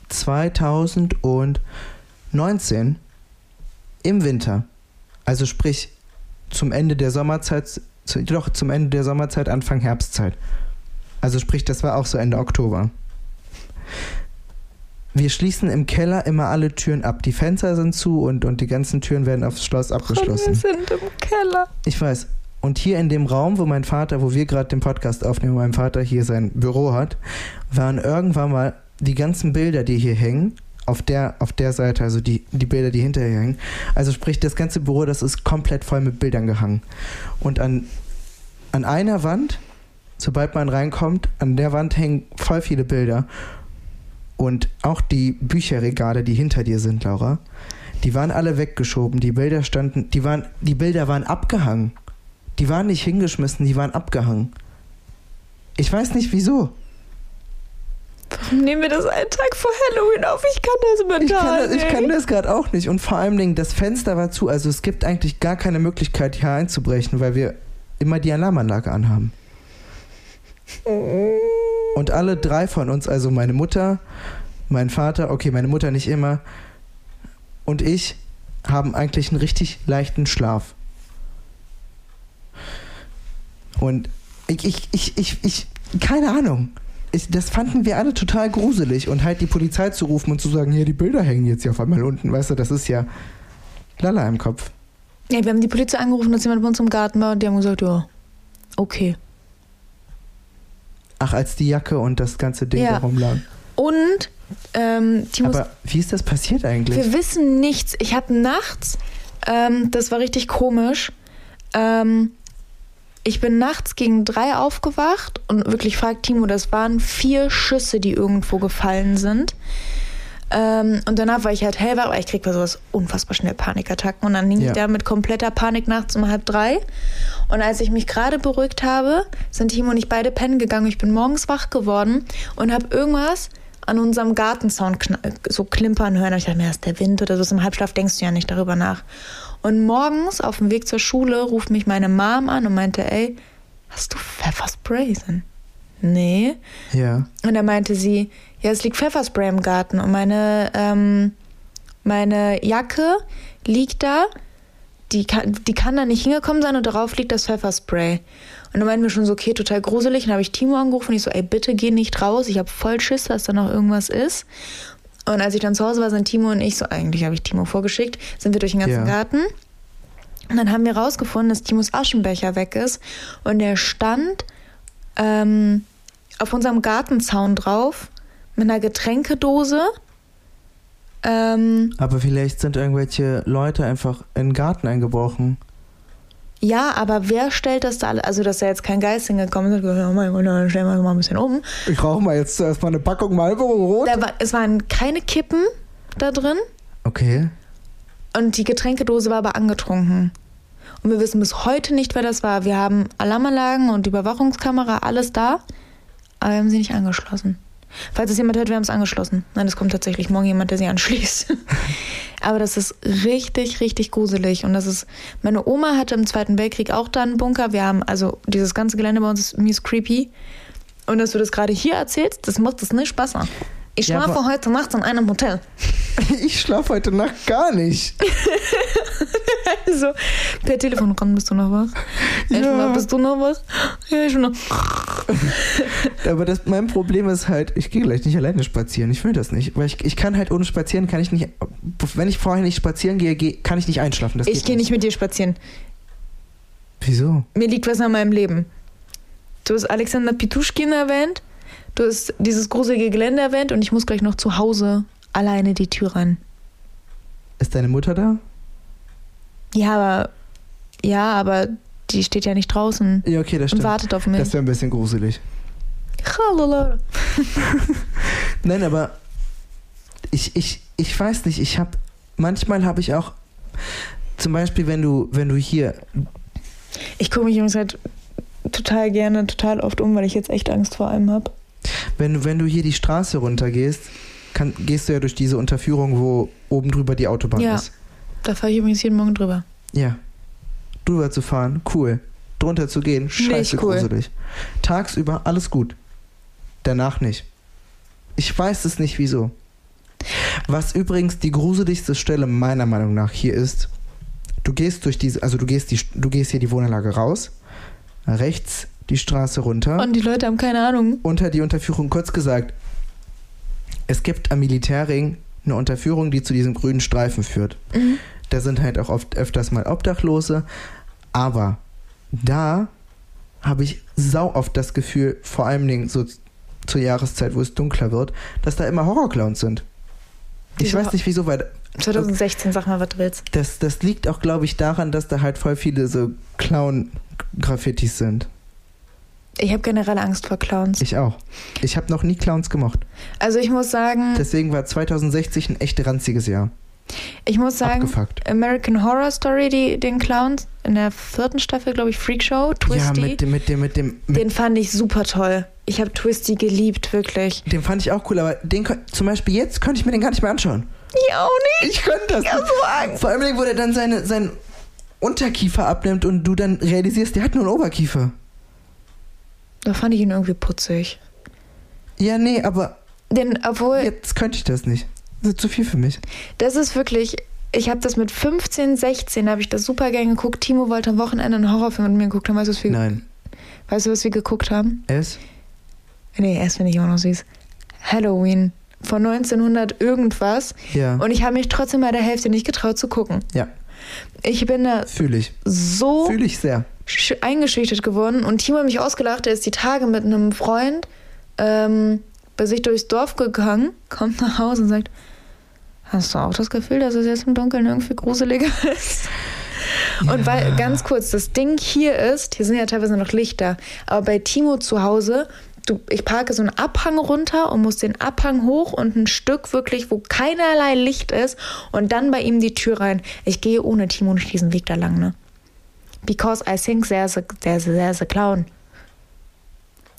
[SPEAKER 1] 2019 im Winter, also sprich zum Ende der Sommerzeit, zu, doch zum Ende der Sommerzeit, Anfang Herbstzeit. Also sprich, das war auch so Ende Oktober. Wir schließen im Keller immer alle Türen ab. Die Fenster sind zu und, und die ganzen Türen werden aufs Schloss
[SPEAKER 2] Und wir
[SPEAKER 1] abgeschlossen.
[SPEAKER 2] sind im Keller.
[SPEAKER 1] Ich weiß. Und hier in dem Raum, wo mein Vater, wo wir gerade den Podcast aufnehmen, wo mein Vater hier sein Büro hat, waren irgendwann mal die ganzen Bilder, die hier hängen, auf der, auf der Seite, also die, die Bilder, die hinterher hängen. Also sprich, das ganze Büro, das ist komplett voll mit Bildern gehangen. Und an, an einer Wand, sobald man reinkommt, an der Wand hängen voll viele Bilder. Und auch die Bücherregale, die hinter dir sind, Laura, Die waren alle weggeschoben, die Bilder standen, die waren, die Bilder waren abgehangen. Die waren nicht hingeschmissen, die waren abgehangen. Ich weiß nicht wieso.
[SPEAKER 2] Warum nehmen wir das einen Tag vor Halloween auf? Ich kann das mental
[SPEAKER 1] Ich kann das, ich
[SPEAKER 2] nicht.
[SPEAKER 1] kann das gerade auch nicht. Und vor allen Dingen, das Fenster war zu. Also es gibt eigentlich gar keine Möglichkeit, hier einzubrechen, weil wir immer die Alarmanlage anhaben. Und alle drei von uns, also meine Mutter, mein Vater, okay, meine Mutter nicht immer, und ich, haben eigentlich einen richtig leichten Schlaf. Und ich, ich, ich, ich, ich keine Ahnung. Ich, das fanden wir alle total gruselig. Und halt die Polizei zu rufen und zu sagen, hier, die Bilder hängen jetzt hier auf einmal unten, weißt du, das ist ja Lala im Kopf.
[SPEAKER 2] Ja, wir haben die Polizei angerufen, dass jemand bei uns im Garten war und die haben gesagt, ja, okay.
[SPEAKER 1] Ach, als die Jacke und das ganze Ding
[SPEAKER 2] Ja.
[SPEAKER 1] da rumlagen.
[SPEAKER 2] Und ähm, Timos
[SPEAKER 1] Aber wie ist das passiert eigentlich?
[SPEAKER 2] Wir wissen nichts. Ich habe nachts, ähm, das war richtig komisch. Ähm, ich bin nachts gegen drei aufgewacht und wirklich fragt Timo, das waren vier Schüsse, die irgendwo gefallen sind. Ähm, und danach war ich halt hellwach, aber ich krieg bei sowas unfassbar schnell Panikattacken. Und dann hing
[SPEAKER 1] Ja.
[SPEAKER 2] ich da mit kompletter Panik nachts um halb drei. Und als ich mich gerade beruhigt habe, sind Timo und ich beide pennen gegangen. Ich bin morgens wach geworden und habe irgendwas an unserem Gartenzaun kna- so klimpern hören. Und ich dachte mir, das ist der Wind oder so. Im Halbschlaf denkst du ja nicht darüber nach. Und morgens auf dem Weg zur Schule ruft mich meine Mom an und meinte, ey, hast du Pfefferspray? drin? Nee.
[SPEAKER 1] Ja.
[SPEAKER 2] Und da meinte sie, ja, es liegt Pfefferspray im Garten und meine, ähm, meine Jacke liegt da, die kann, die kann da nicht hingekommen sein und darauf liegt das Pfefferspray. Und dann meinten wir schon so, okay, total gruselig. Und dann habe ich Timo angerufen und ich so, ey, bitte geh nicht raus, ich habe voll Schiss, dass da noch irgendwas ist. Und als ich dann zu Hause war, sind Timo und ich, so eigentlich habe ich Timo vorgeschickt, sind wir durch den ganzen
[SPEAKER 1] Ja.
[SPEAKER 2] Garten. Und dann haben wir rausgefunden, dass Timos Aschenbecher weg ist und der stand ähm, auf unserem Gartenzaun drauf mit einer Getränkedose. Ähm,
[SPEAKER 1] Aber vielleicht sind irgendwelche Leute einfach in den Garten eingebrochen.
[SPEAKER 2] ja, aber wer stellt das da alle? Also, dass da jetzt kein Geist hingekommen ist und gesagt, hat, oh mein Gott, dann stellen wir mal ein bisschen um.
[SPEAKER 1] Ich rauche mal jetzt erstmal eine Packung Marlboro Rot.
[SPEAKER 2] Da war, es waren keine Kippen da drin
[SPEAKER 1] Okay.
[SPEAKER 2] und die Getränkedose war aber angetrunken. Und wir wissen bis heute nicht, wer das war. Wir haben Alarmanlagen und Überwachungskamera, alles da, aber wir haben sie nicht angeschlossen. Falls es jemand hört, wir haben es angeschlossen. Nein, es kommt tatsächlich morgen jemand, der sie anschließt. Aber das ist richtig, richtig gruselig. Und das ist, meine Oma hatte im Zweiten Weltkrieg auch da einen Bunker. Wir haben, also dieses ganze Gelände bei uns ist mies creepy. Und dass du das gerade hier erzählst, das macht es nicht Spaß machen. Ich
[SPEAKER 1] Ja,
[SPEAKER 2] schlafe
[SPEAKER 1] aber-
[SPEAKER 2] heute Nacht in einem Hotel.
[SPEAKER 1] Ich schlafe heute Nacht gar nicht.
[SPEAKER 2] So, Also, per Telefon ran, bist du noch wach? Ja. Ich bin
[SPEAKER 1] Ja.
[SPEAKER 2] noch, bist du noch wach? Ja, ich bin noch.
[SPEAKER 1] Aber das, mein Problem ist halt, ich gehe gleich nicht alleine spazieren. Ich will das nicht. Weil ich, ich kann halt ohne spazieren, kann ich nicht. Wenn ich vorher nicht spazieren gehe, geh, kann ich nicht einschlafen. Das
[SPEAKER 2] Ich
[SPEAKER 1] geht
[SPEAKER 2] gehe nicht mit dir spazieren.
[SPEAKER 1] Wieso?
[SPEAKER 2] Mir liegt was an meinem Leben. Du hast Alexander Pituschkin erwähnt, du hast dieses gruselige Gelände erwähnt und ich muss gleich noch zu Hause alleine die Tür rein.
[SPEAKER 1] Ist deine Mutter da?
[SPEAKER 2] Ja, aber. Ja, aber die steht ja nicht draußen
[SPEAKER 1] Ja, okay, das
[SPEAKER 2] und
[SPEAKER 1] stimmt.
[SPEAKER 2] wartet auf
[SPEAKER 1] Das
[SPEAKER 2] mich.
[SPEAKER 1] wäre ein bisschen gruselig.
[SPEAKER 2] Hallo Laura.
[SPEAKER 1] Nein, aber ich, ich, ich weiß nicht. Ich habe. Manchmal habe ich auch. Zum Beispiel, wenn du, wenn du hier.
[SPEAKER 2] Ich gucke mich übrigens halt total gerne, total oft um, weil ich jetzt echt Angst vor allem habe.
[SPEAKER 1] Wenn, du- wenn du hier die Straße runtergehst, kann, gehst du ja durch diese Unterführung, wo oben drüber die Autobahn
[SPEAKER 2] Ja.
[SPEAKER 1] ist.
[SPEAKER 2] Da fahre ich übrigens jeden Morgen drüber.
[SPEAKER 1] Ja. Drüber zu fahren, cool. Drunter zu gehen, scheiße
[SPEAKER 2] Nicht cool.
[SPEAKER 1] gruselig. Tagsüber alles gut. Danach nicht. Ich weiß es nicht wieso. Was übrigens die gruseligste Stelle meiner Meinung nach hier ist. Du gehst durch diese, also du gehst die, du gehst hier die Wohnanlage raus, rechts die Straße runter
[SPEAKER 2] Und die Leute haben keine Ahnung.
[SPEAKER 1] unter die Unterführung. Kurz gesagt, es gibt am Militärring eine Unterführung, die zu diesem grünen Streifen führt.
[SPEAKER 2] Mhm.
[SPEAKER 1] Da sind halt auch oft öfters mal Obdachlose. Aber da habe ich sau oft das Gefühl, vor allen Dingen so zur Jahreszeit, wo es dunkler wird, dass da immer Horrorclowns sind. Ich
[SPEAKER 2] Diese
[SPEAKER 1] weiß nicht wieso, weil
[SPEAKER 2] 2016, sag mal, was du willst.
[SPEAKER 1] das, das liegt auch, glaube ich, daran, dass da halt voll viele so Clown-Graffitis sind.
[SPEAKER 2] Ich habe generell Angst vor Clowns.
[SPEAKER 1] Ich auch. Ich habe noch nie Clowns gemocht.
[SPEAKER 2] Also ich muss sagen,
[SPEAKER 1] Deswegen war 2060 ein echt ranziges Jahr.
[SPEAKER 2] Ich muss sagen,
[SPEAKER 1] Abgefuckt.
[SPEAKER 2] American Horror Story, die, den Clowns, in der vierten Staffel, glaube ich, Freak Show,
[SPEAKER 1] Ja,
[SPEAKER 2] Twisty,
[SPEAKER 1] mit dem, mit dem, mit dem, mit
[SPEAKER 2] den fand ich super toll. Ich habe Twisty geliebt, wirklich.
[SPEAKER 1] dem fand ich auch cool, aber den kö- zum Beispiel jetzt könnte ich mir den gar nicht mehr anschauen.
[SPEAKER 2] Ich auch nicht.
[SPEAKER 1] Ich könnte das.
[SPEAKER 2] Ich hab so Angst.
[SPEAKER 1] Vor allem, wo der dann seine, seinen Unterkiefer abnimmt und du dann realisierst, der hat nur einen Oberkiefer.
[SPEAKER 2] Da fand ich ihn irgendwie putzig.
[SPEAKER 1] Ja, nee, aber
[SPEAKER 2] Denn, obwohl,
[SPEAKER 1] jetzt könnte ich das nicht. Das ist zu viel für mich.
[SPEAKER 2] Das ist wirklich, ich habe das mit 15, 16 habe ich das super gern geguckt. Timo wollte am Wochenende einen Horrorfilm mit mir geguckt haben. Weißt du, was wir,
[SPEAKER 1] Nein.
[SPEAKER 2] weißt du, was wir geguckt haben?
[SPEAKER 1] Es?
[SPEAKER 2] Nee, erst wenn ich immer noch süß. Halloween von 1900 irgendwas.
[SPEAKER 1] Ja.
[SPEAKER 2] Und ich habe mich trotzdem bei der Hälfte nicht getraut zu gucken.
[SPEAKER 1] ja,
[SPEAKER 2] Ich bin da
[SPEAKER 1] fühle ich.
[SPEAKER 2] so
[SPEAKER 1] Fühle ich sehr.
[SPEAKER 2] sch- eingeschüchtert geworden und Timo hat mich ausgelacht. Er ist die Tage mit einem Freund ähm, bei sich durchs Dorf gegangen, kommt nach Hause und sagt, hast du auch das Gefühl, dass es jetzt im Dunkeln irgendwie gruseliger ist? Und weil, ganz kurz, das Ding hier ist, hier sind ja teilweise noch Lichter, aber bei Timo zu Hause, du, ich parke so einen Abhang runter und muss den Abhang hoch und ein Stück wirklich, wo keinerlei Licht ist und dann bei ihm die Tür rein. Ich gehe ohne Timo nicht diesen Weg da lang, ne? Because I think there's a, there's a, there's a clown.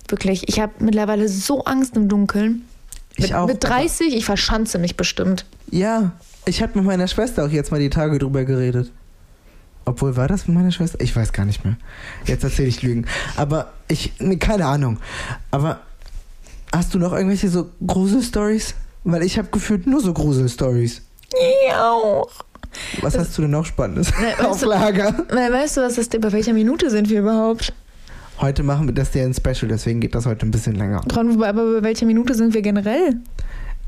[SPEAKER 2] Wirklich, ich habe mittlerweile so Angst im Dunkeln.
[SPEAKER 1] Ich
[SPEAKER 2] mit,
[SPEAKER 1] auch.
[SPEAKER 2] Mit 30, ich verschanze mich bestimmt.
[SPEAKER 1] Ja, ich habe mit meiner Schwester auch jetzt mal die Tage drüber geredet. Obwohl, war das mit meiner Schwester? Ich weiß gar nicht mehr. Jetzt erzähle ich Lügen. Aber ich, nee, keine Ahnung. Aber hast du noch irgendwelche so Grusel-Stories? Weil ich habe gefühlt nur so Grusel-Stories.
[SPEAKER 2] Ich auch.
[SPEAKER 1] Was hast du denn noch Spannendes
[SPEAKER 2] weißt
[SPEAKER 1] auf
[SPEAKER 2] du-
[SPEAKER 1] Lager?
[SPEAKER 2] Weißt du, was ist, bei welcher Minute sind wir überhaupt?
[SPEAKER 1] Heute machen wir das ja ein Special, deswegen geht das heute ein bisschen länger.
[SPEAKER 2] Ron, wobei- aber bei welcher Minute sind wir generell?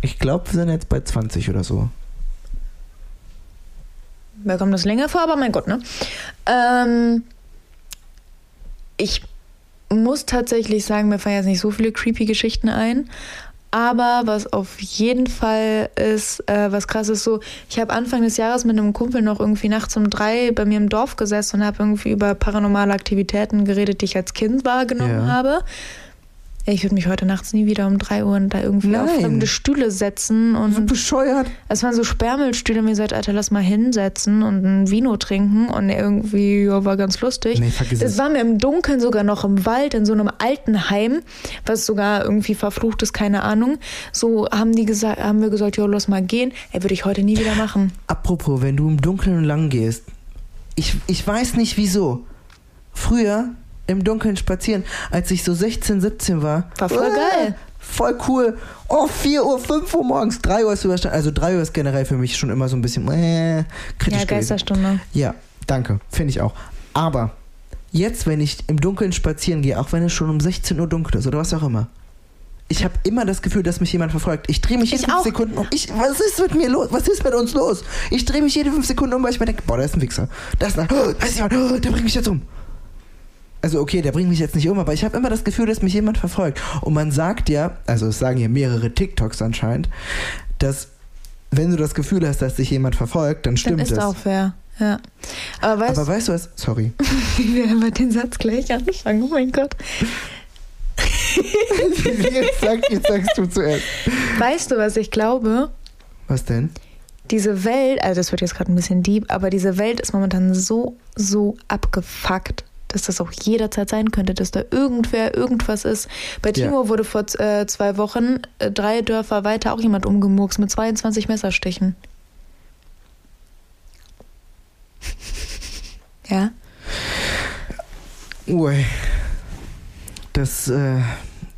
[SPEAKER 1] Ich glaube, wir sind jetzt bei 20 oder so.
[SPEAKER 2] Mir kommt das länger vor, aber mein Gott, ne? Ähm, ich muss tatsächlich sagen, mir fallen jetzt nicht so viele creepy Geschichten ein. Aber was auf jeden Fall ist, äh, was krass ist, so, ich habe Anfang des Jahres mit einem Kumpel noch irgendwie nachts um drei bei mir im Dorf gesessen und habe irgendwie über paranormale Aktivitäten geredet, die ich als Kind wahrgenommen
[SPEAKER 1] Ja.
[SPEAKER 2] habe. Ich würde mich heute nachts nie wieder um drei Uhr und da irgendwie auf
[SPEAKER 1] Nein.
[SPEAKER 2] fremde Stühle setzen und
[SPEAKER 1] So bescheuert.
[SPEAKER 2] es waren so Spermelstühle, mir gesagt, Alter, lass mal hinsetzen und ein Vino trinken. Und irgendwie, ja, war ganz lustig.
[SPEAKER 1] Nee, vergiss
[SPEAKER 2] es
[SPEAKER 1] es.
[SPEAKER 2] war mir im Dunkeln sogar noch im Wald, in so einem alten Heim, was sogar irgendwie verflucht ist, keine Ahnung. So haben die gesagt, haben wir gesagt, ja, lass mal gehen. Ey, würde ich heute nie wieder machen.
[SPEAKER 1] Apropos, wenn du im Dunkeln lang gehst, ich, ich weiß nicht wieso. Früher im Dunkeln spazieren, als ich so 16, 17 war. Äh,
[SPEAKER 2] War voll geil.
[SPEAKER 1] Voll cool. Oh, 4 Uhr, 5 Uhr morgens, 3 Uhr ist überstanden. Also 3 Uhr ist generell für mich schon immer so ein bisschen äh, kritisch.
[SPEAKER 2] ja,
[SPEAKER 1] gewesen.
[SPEAKER 2] Geisterstunde.
[SPEAKER 1] Ja, danke. Finde ich auch. Aber jetzt, wenn ich im Dunkeln spazieren gehe, auch wenn es schon um 16 Uhr dunkel ist oder was auch immer, ich habe immer das Gefühl, dass mich jemand verfolgt. Ich drehe mich jede
[SPEAKER 2] Ich
[SPEAKER 1] fünf
[SPEAKER 2] auch.
[SPEAKER 1] Sekunden um. Ich, was ist mit mir los? Was ist mit uns los? Ich drehe mich jede fünf Sekunden um, weil ich mir denke, boah, da ist ein Wichser. Da ist, ein, oh, da ist jemand, oh, der bringt mich jetzt um. Also okay, der bringt mich jetzt nicht um, aber ich habe immer das Gefühl, dass mich jemand verfolgt. Und man sagt ja, also es sagen ja mehrere TikToks anscheinend, dass wenn du das Gefühl hast, dass dich jemand verfolgt, dann stimmt
[SPEAKER 2] Dann ist
[SPEAKER 1] es.
[SPEAKER 2] auch fair. Ja. Aber weißt
[SPEAKER 1] Aber weißt du was? Sorry.
[SPEAKER 2] wie wir mit den Satz gleich anfangen? Oh mein Gott.
[SPEAKER 1] jetzt, sag, jetzt sagst du zuerst.
[SPEAKER 2] Weißt du, was ich glaube?
[SPEAKER 1] Was denn?
[SPEAKER 2] diese Welt, also das wird jetzt gerade ein bisschen deep, aber diese Welt ist momentan so, so abgefuckt, dass das auch jederzeit sein könnte, dass da irgendwer irgendwas ist. Bei
[SPEAKER 1] Ja.
[SPEAKER 2] Timo wurde vor äh, zwei Wochen äh, drei Dörfer weiter auch jemand umgemurkst mit 22 Messerstichen. ja,
[SPEAKER 1] Ui. Das, äh,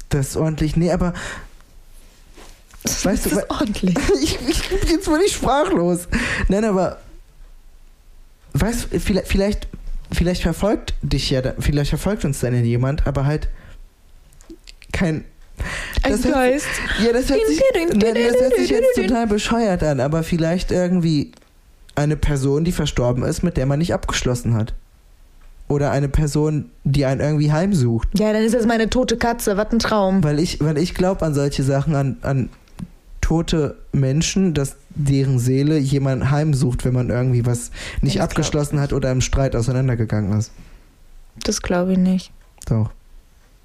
[SPEAKER 1] das ist ordentlich. Nee, aber Weißt du,
[SPEAKER 2] das ist ordentlich.
[SPEAKER 1] ich, ich, jetzt bin ich sprachlos. Nein, aber weißt du, vielleicht, vielleicht, vielleicht verfolgt dich ja, da- vielleicht verfolgt uns dann jemand, aber halt kein.
[SPEAKER 2] Ein
[SPEAKER 1] Das hört-
[SPEAKER 2] Geist.
[SPEAKER 1] Ja, das hört sich, nein, das hört sich jetzt total bescheuert an, aber vielleicht irgendwie eine Person, die verstorben ist, mit der man nicht abgeschlossen hat. Oder eine Person, die einen irgendwie heimsucht.
[SPEAKER 2] Ja, dann ist das meine tote Katze. Was ein Traum.
[SPEAKER 1] Weil ich, weil ich glaube an solche Sachen, an, an tote Menschen, dass deren Seele jemand heimsucht, wenn man irgendwie was nicht
[SPEAKER 2] Ja, das
[SPEAKER 1] abgeschlossen hat oder im Streit auseinandergegangen ist.
[SPEAKER 2] Das glaube ich nicht.
[SPEAKER 1] Doch.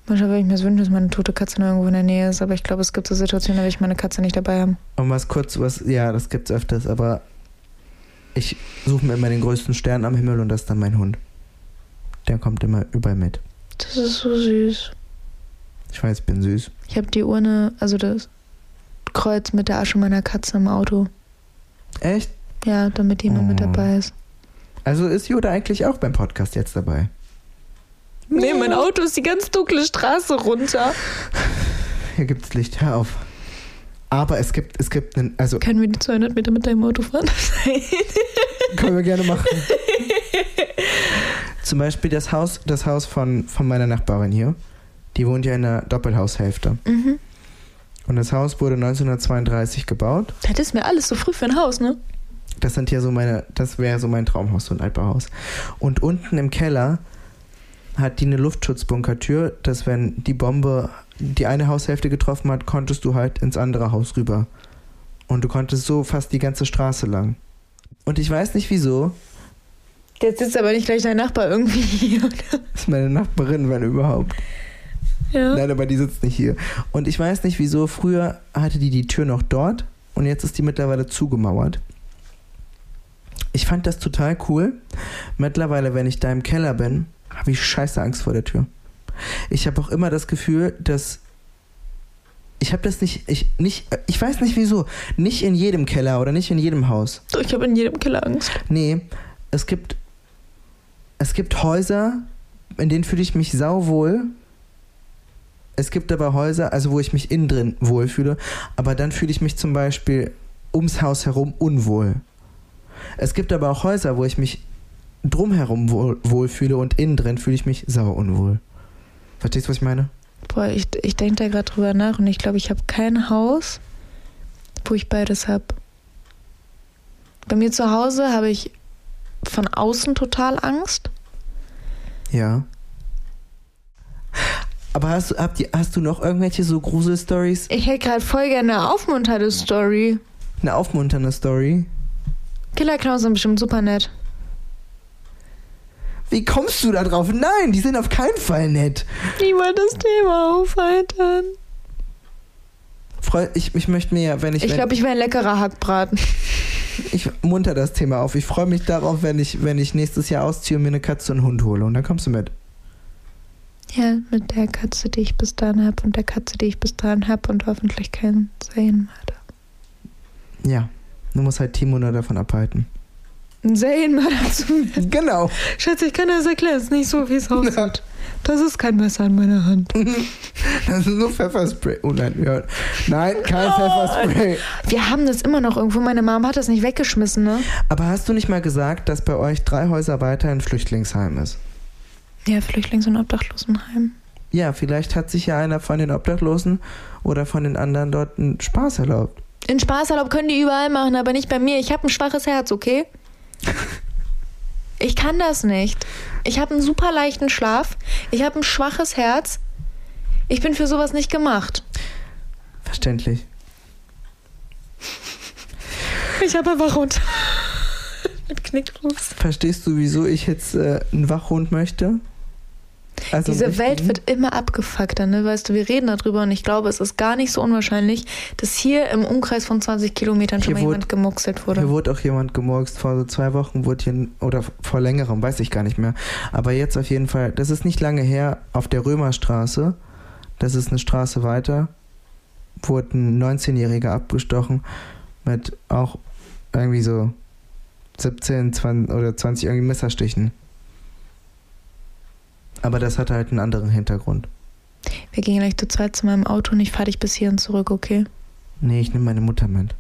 [SPEAKER 2] Manchmal würde ich mir das wünschen, dass meine tote Katze noch irgendwo in der Nähe ist, aber ich
[SPEAKER 1] Um
[SPEAKER 2] glaube, es gibt so Situationen, da will ich meine Katze nicht dabei haben.
[SPEAKER 1] Und was kurz, was, ja, das gibt's öfters, aber Ich suche mir immer den größten Stern am Himmel und das ist dann mein Hund. Der kommt immer überall mit.
[SPEAKER 2] Das ist so süß.
[SPEAKER 1] Ich weiß, ich bin süß.
[SPEAKER 2] Ich habe die Urne, also das Kreuz mit der Asche meiner Katze im Auto.
[SPEAKER 1] Echt?
[SPEAKER 2] Ja, damit jemand mit
[SPEAKER 1] Oh.
[SPEAKER 2] dabei ist.
[SPEAKER 1] Also ist Yoda eigentlich auch beim Podcast jetzt dabei?
[SPEAKER 2] Nee, mein Auto ist die ganz dunkle Straße runter.
[SPEAKER 1] Hier gibt's Licht, hör auf. Aber es gibt, es gibt einen, also
[SPEAKER 2] Können wir die 200 Meter mit deinem Auto fahren?
[SPEAKER 1] können wir gerne machen. Zum Beispiel das Haus, das Haus von, von meiner Nachbarin hier. Die wohnt ja in der Doppelhaushälfte.
[SPEAKER 2] mhm.
[SPEAKER 1] Und das Haus wurde 1932 gebaut.
[SPEAKER 2] Das ist mir alles so früh für ein Haus, ne?
[SPEAKER 1] Das sind ja so meine, das wäre so mein Traumhaus, so ein Altbauhaus. Und unten im Keller hat die eine Luftschutzbunkertür, dass wenn die Bombe die eine Haushälfte getroffen hat, konntest du halt ins andere Haus rüber. Und du konntest so fast die ganze Straße lang. Und ich weiß nicht wieso,
[SPEAKER 2] Jetzt sitzt aber nicht gleich dein Nachbar irgendwie hier.
[SPEAKER 1] ist meine Nachbarin, wenn überhaupt.
[SPEAKER 2] Ja.
[SPEAKER 1] Nein, aber die sitzt nicht hier. Und ich weiß nicht wieso, früher hatte die die Tür noch dort und jetzt ist die mittlerweile zugemauert. Ich fand das total cool. Mittlerweile, wenn ich da im Keller bin, habe ich scheiße Angst vor der Tür. Ich habe auch immer das Gefühl, dass ich habe das nicht ich nicht ich weiß nicht wieso, nicht in jedem Keller oder nicht in jedem Haus.
[SPEAKER 2] Doch, Ich habe in jedem Keller Angst.
[SPEAKER 1] Nee, es gibt es gibt Häuser, in denen fühle ich mich sauwohl. Es gibt aber Häuser, also wo ich mich innen drin wohlfühle, aber dann fühle ich mich zum Beispiel ums Haus herum unwohl. Es gibt aber auch Häuser, wo ich mich drumherum wohl, wohlfühle und innen drin fühle ich mich sauer unwohl. Verstehst du, was ich meine?
[SPEAKER 2] Boah, ich, ich denke da gerade drüber nach und ich glaube, ich habe kein Haus, wo ich beides habe. Bei mir zu Hause habe ich von außen total Angst.
[SPEAKER 1] Ja. Aber hast, du- habt ihr, hast du noch irgendwelche so Grusel-Stories?
[SPEAKER 2] Ich hätte gerade voll gerne eine aufmunternde Story.
[SPEAKER 1] Eine aufmunternde Story?
[SPEAKER 2] Killerknaus sind bestimmt super nett.
[SPEAKER 1] Wie kommst du da drauf? Nein, die sind auf keinen Fall nett.
[SPEAKER 2] Ich wollte das Thema aufheitern.
[SPEAKER 1] Freu, ich, ich möchte mir, ja, wenn ich,
[SPEAKER 2] Ich
[SPEAKER 1] wenn-
[SPEAKER 2] glaube, ich wäre ein leckerer Hackbraten.
[SPEAKER 1] ich munter das Thema auf. Ich freue mich darauf, wenn ich, wenn ich nächstes Jahr ausziehe und mir eine Katze und einen Hund hole. Und dann kommst du mit.
[SPEAKER 2] Ja, mit der Katze, die ich bis dahin habe und der Katze, die ich bis dahin habe und hoffentlich keinen Serienmörder.
[SPEAKER 1] Ja. Du musst halt Timo nur davon abhalten.
[SPEAKER 2] Ein Serienmörder zu mir.
[SPEAKER 1] Genau.
[SPEAKER 2] Schätze, ich kann das erklären. Es ist nicht so, wie es aussieht. Das ist kein Messer in meiner Hand.
[SPEAKER 1] Das ist nur Pfefferspray. Oh nein, ja. nein, kein
[SPEAKER 2] Oh.
[SPEAKER 1] Pfefferspray.
[SPEAKER 2] Wir haben das immer noch irgendwo. Meine Mom hat das nicht weggeschmissen, ne?
[SPEAKER 1] Aber hast du nicht mal gesagt, dass bei euch drei Häuser weiter ein Flüchtlingsheim ist?
[SPEAKER 2] Ja, Flüchtlings- und Obdachlosenheim.
[SPEAKER 1] Ja, vielleicht hat sich ja einer von den Obdachlosen oder von den anderen dort einen Spaß erlaubt.
[SPEAKER 2] In Spaßurlaub können die überall machen, aber nicht bei mir. Ich habe ein schwaches Herz, okay? Ich kann das nicht. Ich habe einen super leichten Schlaf. Ich habe ein schwaches Herz. Ich bin für sowas nicht gemacht.
[SPEAKER 1] Verständlich.
[SPEAKER 2] Ich habe einfach runter. Mit Knicklos.
[SPEAKER 1] Verstehst du, wieso ich jetzt äh, einen Wachhund möchte? Also einen
[SPEAKER 2] Diese Welt
[SPEAKER 1] richtigen?
[SPEAKER 2] wird immer abgefuckter, ne? Weißt du, wir reden darüber und ich glaube, es ist gar nicht so unwahrscheinlich, dass hier im Umkreis von 20 Kilometern schon
[SPEAKER 1] Hier
[SPEAKER 2] mal
[SPEAKER 1] wurde-
[SPEAKER 2] jemand gemuxelt
[SPEAKER 1] Hier
[SPEAKER 2] wurde.
[SPEAKER 1] wurde auch jemand gemurkst, vor so zwei Wochen wurde hier, oder vor längerem, weiß ich gar nicht mehr. Aber jetzt auf jeden Fall, das ist nicht lange her, auf der Römerstraße, das ist eine Straße weiter, wurde ein 19-Jähriger abgestochen mit auch irgendwie so 17 20 oder 20 irgendwie Messerstichen. Aber das hatte halt einen anderen Hintergrund.
[SPEAKER 2] Wir gehen gleich zu zweit zu meinem Auto und ich fahre dich bis hierhin zurück, okay?
[SPEAKER 1] Nee, ich nehme meine Mutter mit.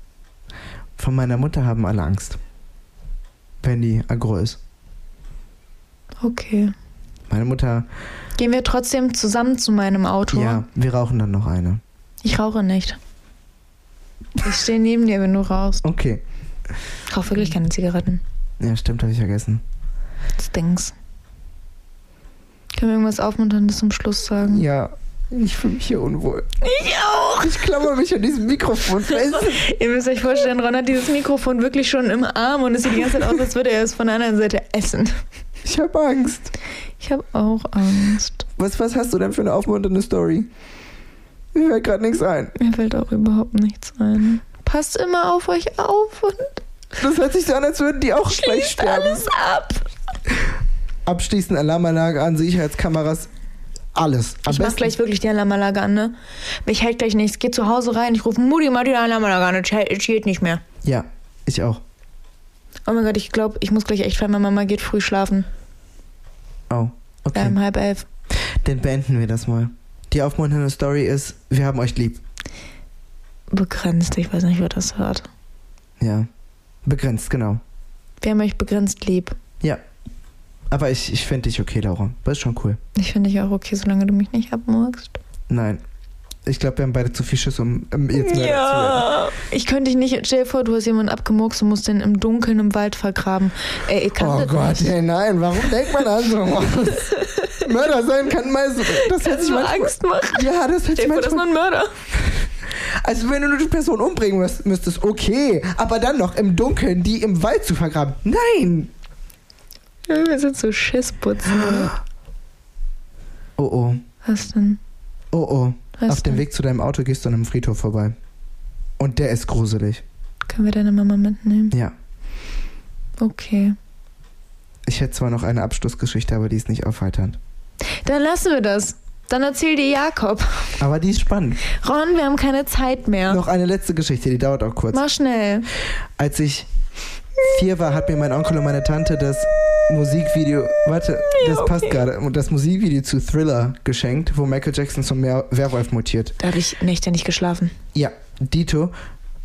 [SPEAKER 1] Von meiner Mutter haben alle Angst. Wenn die aggro ist.
[SPEAKER 2] Okay.
[SPEAKER 1] Meine Mutter,
[SPEAKER 2] Gehen wir trotzdem zusammen zu meinem Auto?
[SPEAKER 1] ja, wir rauchen dann noch eine.
[SPEAKER 2] Ich rauche nicht. Ich stehe neben dir, wenn du rauchst.
[SPEAKER 1] Okay.
[SPEAKER 2] Ich rauche wirklich keine Zigaretten.
[SPEAKER 1] Ja, stimmt, habe ich vergessen.
[SPEAKER 2] Stinks. Können wir irgendwas Aufmunterndes zum Schluss sagen?
[SPEAKER 1] Ja, ich fühle mich hier unwohl.
[SPEAKER 2] Ich auch!
[SPEAKER 1] Ich klammer mich an diesem Mikrofon fest.
[SPEAKER 2] Ihr müsst euch vorstellen, Ron hat dieses Mikrofon wirklich schon im Arm und es sieht die ganze Zeit aus, als würde er es von der anderen Seite essen.
[SPEAKER 1] Ich habe Angst.
[SPEAKER 2] Ich habe auch Angst.
[SPEAKER 1] Was, was hast du denn für eine aufmunternde Story? Mir fällt gerade nichts ein.
[SPEAKER 2] Mir fällt auch überhaupt nichts ein. Passt immer auf euch auf und
[SPEAKER 1] Das hört sich so an, als würden die auch gleich
[SPEAKER 2] Schließt
[SPEAKER 1] sterben.
[SPEAKER 2] alles ab.
[SPEAKER 1] Abschließend Alarmanlage an, Sicherheitskameras, alles. Am
[SPEAKER 2] ich mach gleich wirklich die Alarmanlage an, ne? Mich hält gleich nichts. Geh zu Hause rein, ich rufe Mutti, mal die Alarmanlage an. Ich hält- ich hält nicht mehr.
[SPEAKER 1] Ja, ich auch.
[SPEAKER 2] Oh mein Gott, ich glaube, ich muss gleich echt fahren. Meine Mama geht früh schlafen.
[SPEAKER 1] Oh, okay.
[SPEAKER 2] Ähm, halb elf.
[SPEAKER 1] Dann beenden wir das mal. Die aufmunternde Story ist, wir haben euch lieb.
[SPEAKER 2] Begrenzt, ich weiß nicht, wer das hört.
[SPEAKER 1] Ja. Begrenzt, genau.
[SPEAKER 2] Wir haben euch begrenzt lieb.
[SPEAKER 1] Aber ich, ich finde dich okay, Laura. Das ist schon cool.
[SPEAKER 2] Ich finde dich auch okay, solange du mich nicht abmurkst.
[SPEAKER 1] Nein. Ich glaube, wir haben beide zu viel Schiss, um um jetzt mehr zu
[SPEAKER 2] Ja. Ich könnte dich nicht, stell dir vor, du hast jemanden abgemurkst und musst den im Dunkeln im Wald vergraben. Ey, ich kann
[SPEAKER 1] Oh
[SPEAKER 2] das
[SPEAKER 1] Gott,
[SPEAKER 2] nicht.
[SPEAKER 1] ey, nein, warum denkt man an sowas? Mörder sein kann mal so. Das hört
[SPEAKER 2] Kannst
[SPEAKER 1] sich
[SPEAKER 2] du mal
[SPEAKER 1] manchmal.
[SPEAKER 2] Angst machen?
[SPEAKER 1] Ja, das hört
[SPEAKER 2] Stell
[SPEAKER 1] sich
[SPEAKER 2] dir vor, das ist
[SPEAKER 1] manchmal.
[SPEAKER 2] nur ein Mörder.
[SPEAKER 1] Also, wenn du nur die Person umbringen müsst- müsstest, okay. Aber dann noch im Dunkeln, die im Wald zu vergraben. Nein!
[SPEAKER 2] Ja, Wir sind so Schissputzen. oder?
[SPEAKER 1] Oh oh.
[SPEAKER 2] Was denn?
[SPEAKER 1] Oh oh.
[SPEAKER 2] Was
[SPEAKER 1] Auf dem
[SPEAKER 2] denn?
[SPEAKER 1] Weg zu deinem Auto gehst du an einem Friedhof vorbei. Und der ist gruselig.
[SPEAKER 2] Können wir deine Mama mitnehmen?
[SPEAKER 1] Ja.
[SPEAKER 2] Okay.
[SPEAKER 1] Ich hätte zwar noch eine Abschlussgeschichte, aber die ist nicht aufheiternd.
[SPEAKER 2] Dann lassen wir das. Dann erzähl dir Jakob.
[SPEAKER 1] Aber die ist spannend.
[SPEAKER 2] Ron, wir haben keine Zeit mehr.
[SPEAKER 1] Noch eine letzte Geschichte, die dauert auch kurz.
[SPEAKER 2] Mach schnell.
[SPEAKER 1] Als ich vier war, hat mir mein Onkel und meine Tante das Musikvideo, warte, das
[SPEAKER 2] okay.
[SPEAKER 1] passt gerade, das Musikvideo zu Thriller geschenkt, wo Michael Jackson zum Meer- Werwolf mutiert.
[SPEAKER 2] Da habe ich nächte nicht geschlafen.
[SPEAKER 1] Ja, Dito.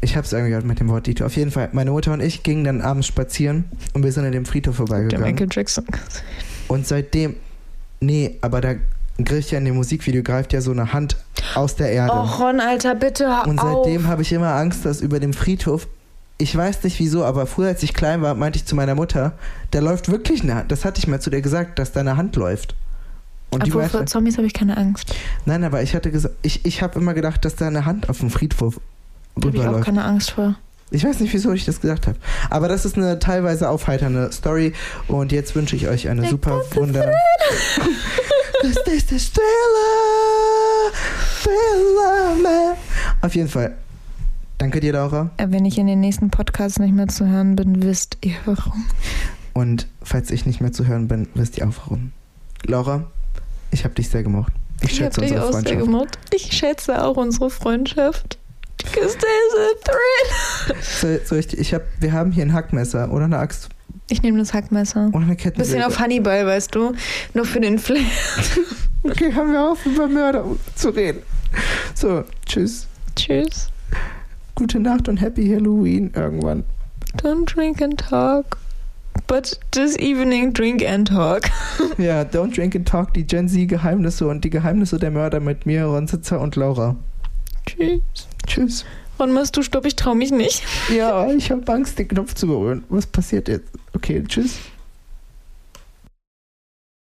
[SPEAKER 1] Ich hab's irgendwie gehört mit dem Wort Dito. Auf jeden Fall, meine Mutter und ich gingen dann abends spazieren und wir sind an dem Friedhof
[SPEAKER 2] Der
[SPEAKER 1] vorbeigegangen.
[SPEAKER 2] Michael Jackson.
[SPEAKER 1] Und seitdem, nee, aber da greift ja in dem Musikvideo, greift ja so eine Hand aus der Erde.
[SPEAKER 2] Oh, Ron, Alter, bitte hör
[SPEAKER 1] Und
[SPEAKER 2] auf.
[SPEAKER 1] seitdem habe ich immer Angst, dass über dem Friedhof, ich weiß nicht wieso, aber früher, als ich klein war, meinte ich zu meiner Mutter, da läuft wirklich eine Hand. Das hatte ich mal zu dir gesagt, dass deine Hand läuft. Und die
[SPEAKER 2] Obwohl, vor
[SPEAKER 1] meinte,
[SPEAKER 2] Zombies habe ich keine Angst.
[SPEAKER 1] nein, aber ich hatte gesagt, ich, ich habe immer gedacht, dass da eine Hand auf dem Friedhof
[SPEAKER 2] Da habe ich auch
[SPEAKER 1] rüberläuft.
[SPEAKER 2] keine Angst vor.
[SPEAKER 1] Ich weiß nicht, wieso ich das gesagt habe. Aber das ist eine teilweise aufheiternde Story. Und jetzt wünsche ich euch eine
[SPEAKER 2] Der
[SPEAKER 1] super
[SPEAKER 2] große
[SPEAKER 1] Wunder. Das ist der Thriller, Thriller, man. Auf jeden Fall. Danke dir, Laura.
[SPEAKER 2] Äh, Wenn ich in den nächsten Podcasts nicht mehr zu hören bin, wisst ihr warum.
[SPEAKER 1] Und falls ich nicht mehr zu hören bin, wisst ihr auch warum. Laura, ich habe dich sehr gemocht. Ich
[SPEAKER 2] hab
[SPEAKER 1] schätze unsere Freundschaft.
[SPEAKER 2] gemacht. Ich schätze auch unsere Freundschaft. Because there's a thrill.
[SPEAKER 1] Soll, soll ich, ich hab, wir haben hier ein Hackmesser oder eine Axt
[SPEAKER 2] Ich nehme das Hackmesser.
[SPEAKER 1] oder eine Kettensäge.
[SPEAKER 2] Bisschen auf Hannibal, weißt du? Nur für den Flair.
[SPEAKER 1] Okay, haben wir auf, über Mörder zu reden. So, tschüss.
[SPEAKER 2] Tschüss.
[SPEAKER 1] Gute Nacht und Happy Halloween irgendwann.
[SPEAKER 2] Don't drink and talk. But this evening drink and talk.
[SPEAKER 1] Ja, Don't Drink and Talk, die Gen Z Geheimnisse und die Geheimnisse der Mörder mit mir, Ron Sitzer und Laura.
[SPEAKER 2] Tschüss.
[SPEAKER 1] Tschüss.
[SPEAKER 2] Ron, machst du Stopp? Ich trau mich nicht.
[SPEAKER 1] Ja, ich habe Angst, den Knopf zu berühren. Was passiert jetzt? Okay, tschüss.